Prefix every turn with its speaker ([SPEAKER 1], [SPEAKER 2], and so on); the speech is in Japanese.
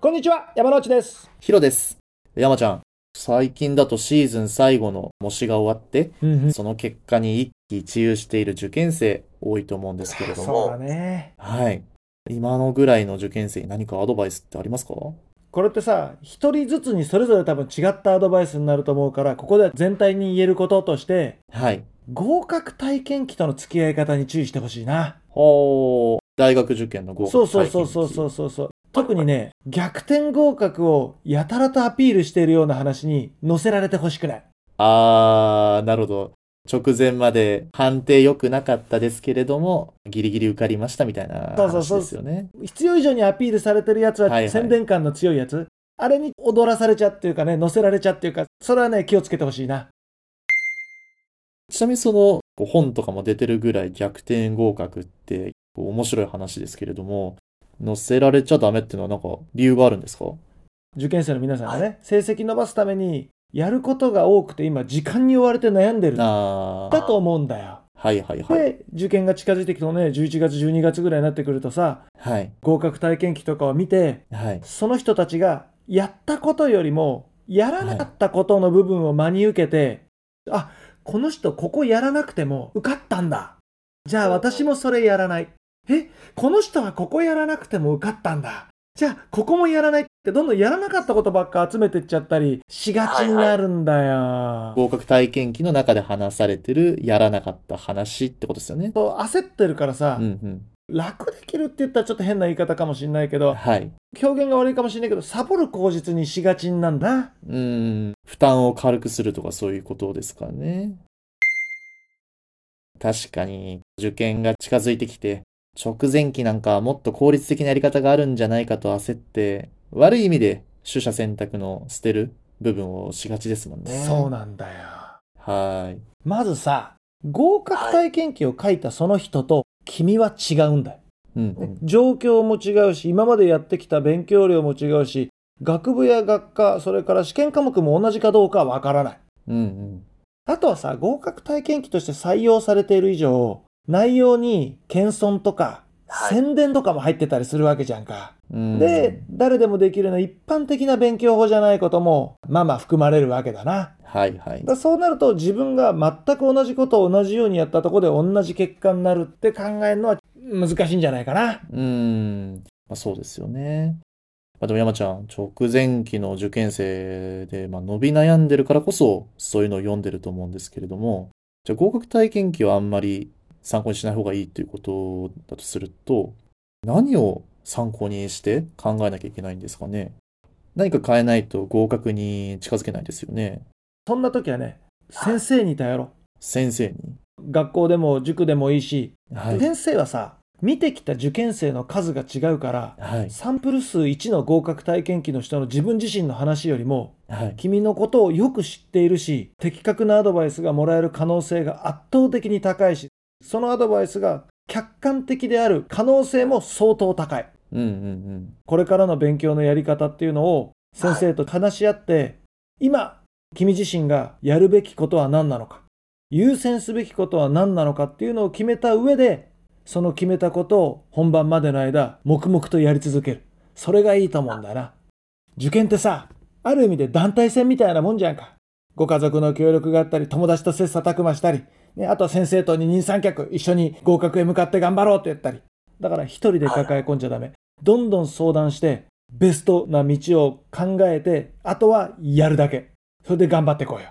[SPEAKER 1] こんにちは、山之内です。
[SPEAKER 2] ヒロです。山ちゃん、最近だとシーズン最後の模試が終わって、その結果に一喜一憂している受験生多いと思うんですけれど
[SPEAKER 1] そうだ
[SPEAKER 2] も、
[SPEAKER 1] ね。
[SPEAKER 2] はい。今のぐらいの受験生に何かアドバイスってありますか
[SPEAKER 1] これってさ、一人ずつにそれぞれ多分違ったアドバイスになると思うから、ここでは全体に言えることとして、
[SPEAKER 2] はい。
[SPEAKER 1] 合格体験記との付き合い方に注意してほしいな。
[SPEAKER 2] ほー、大学受験の合格。
[SPEAKER 1] そうそうそうそうそううそうそう。特にね、逆転合格をやたらとアピールしているような話に載せられてほしくない。
[SPEAKER 2] あー、なるほど。直前まで判定良くなかったですけれども、ギリギリ受かりましたみたい
[SPEAKER 1] そ
[SPEAKER 2] な
[SPEAKER 1] うそう
[SPEAKER 2] 話
[SPEAKER 1] そう
[SPEAKER 2] ですよね。
[SPEAKER 1] 必要以上にアピールされてるやつ
[SPEAKER 2] はいは
[SPEAKER 1] は、
[SPEAKER 2] い
[SPEAKER 1] 宣伝感の強いやつ。あれに踊らされちゃっていうかね、乗せられちゃっていうか、それはね、気をつけてほしいな。
[SPEAKER 2] ちなみにそのこう本とかも出てるぐらい逆転合格ってこう面白い話ですけれども、載せられちゃダメっていうのはなんか理由があるんですか
[SPEAKER 1] 受験生の皆さんがね、成績伸ばすためにやることが多くて今時間に追われて悩んでるだ
[SPEAKER 2] ああ、
[SPEAKER 1] と思うんだよ。
[SPEAKER 2] はいはいはい。
[SPEAKER 1] で受験が近づいてきてもね11月12月ぐらいになってくるとさ
[SPEAKER 2] はい、
[SPEAKER 1] 合格体験記とかを見て
[SPEAKER 2] はい。
[SPEAKER 1] その人たちがやったことよりもやらなかったことの部分を真に受けて、あこの人ここやらなくても受かったんだじゃあ私もそれやらないえこの人はここやらなくても受かったんだじゃあここもやらないってどんどんやらなかったことばっか集めてっちゃったりしがちになるんだよ、
[SPEAKER 2] 合格体験記の中で話されてるやらなかった話ってことですよね。
[SPEAKER 1] そう焦ってるからさ、
[SPEAKER 2] うんうん。
[SPEAKER 1] 楽できるって言ったらちょっと変な言い方かもしんないけど
[SPEAKER 2] はい。
[SPEAKER 1] 表現が悪いかもしんないけどサボる口実にしがちになんだな
[SPEAKER 2] うーん、負担を軽くするとかそういうことですかね。確かに、受験が近づいてきて、直前期なんかはもっと効率的なやり方があるんじゃないかと焦って、悪い意味で取捨選択の捨てる部分をしがちですもんね。
[SPEAKER 1] そうなんだよ
[SPEAKER 2] はーい。
[SPEAKER 1] まずさ、合格体験記を書いたその人と君は違うんだよ。
[SPEAKER 2] うんうん。
[SPEAKER 1] 状況も違うし、今までやってきた勉強量も違うし、学部や学科、それから試験科目も同じかどうかはわからない。
[SPEAKER 2] うんうん。
[SPEAKER 1] あとはさ、合格体験記として採用されている以上、内容に謙遜とか、宣伝とかも入ってたりするわけじゃんか。
[SPEAKER 2] うん
[SPEAKER 1] で、誰でもできるような一般的な勉強法じゃないことも、まあまあ含まれるわけだな。
[SPEAKER 2] はいはい
[SPEAKER 1] だか。らそうなると自分が全く同じことを同じようにやったところで同じ結果になるって考えるのは難しいんじゃないかな。
[SPEAKER 2] うーん、まあ、そうですよね。まあ、でも山ちゃん、直前期の受験生で、まあ、伸び悩んでるからこそ、そういうのを読んでると思うんですけれども、じゃあ合格体験記はあんまり参考にしない方がいいということだとすると、何を参考にして考えなきゃいけないんですかね。何か変えないと合格に近づけないですよね。
[SPEAKER 1] そんな時はね、先生に頼ろ
[SPEAKER 2] 先生
[SPEAKER 1] う。学校でも塾でもいいし、
[SPEAKER 2] に。はい。
[SPEAKER 1] 先生はさ、見てきた受験生の数が違うから、
[SPEAKER 2] はい。
[SPEAKER 1] サンプル数1の合格体験記の人の自分自身の話よりも、
[SPEAKER 2] はい。
[SPEAKER 1] 君のことをよく知っているし、的確なアドバイスがもらえる可能性が圧倒的に高いし、そのアドバイスが客観的である可能性も相当高い。
[SPEAKER 2] うんうんうん。
[SPEAKER 1] これからの勉強のやり方っていうのを先生と話し合って、今君自身がやるべきことは何なのか優先すべきことは何なのかっていうのを決めた上でその決めたことを本番までの間黙々とやり続けるそれがいいと思うんだな受験ってさある意味で団体戦みたいなもんじゃんかご家族の協力があったり友達と切磋琢磨したり、ね、あとは先生と二人三脚一緒に合格へ向かって頑張ろうって言ったりだから一人で抱え込んじゃダメどんどん相談してベストな道を考えてあとはやるだけそれで頑張ってこうよ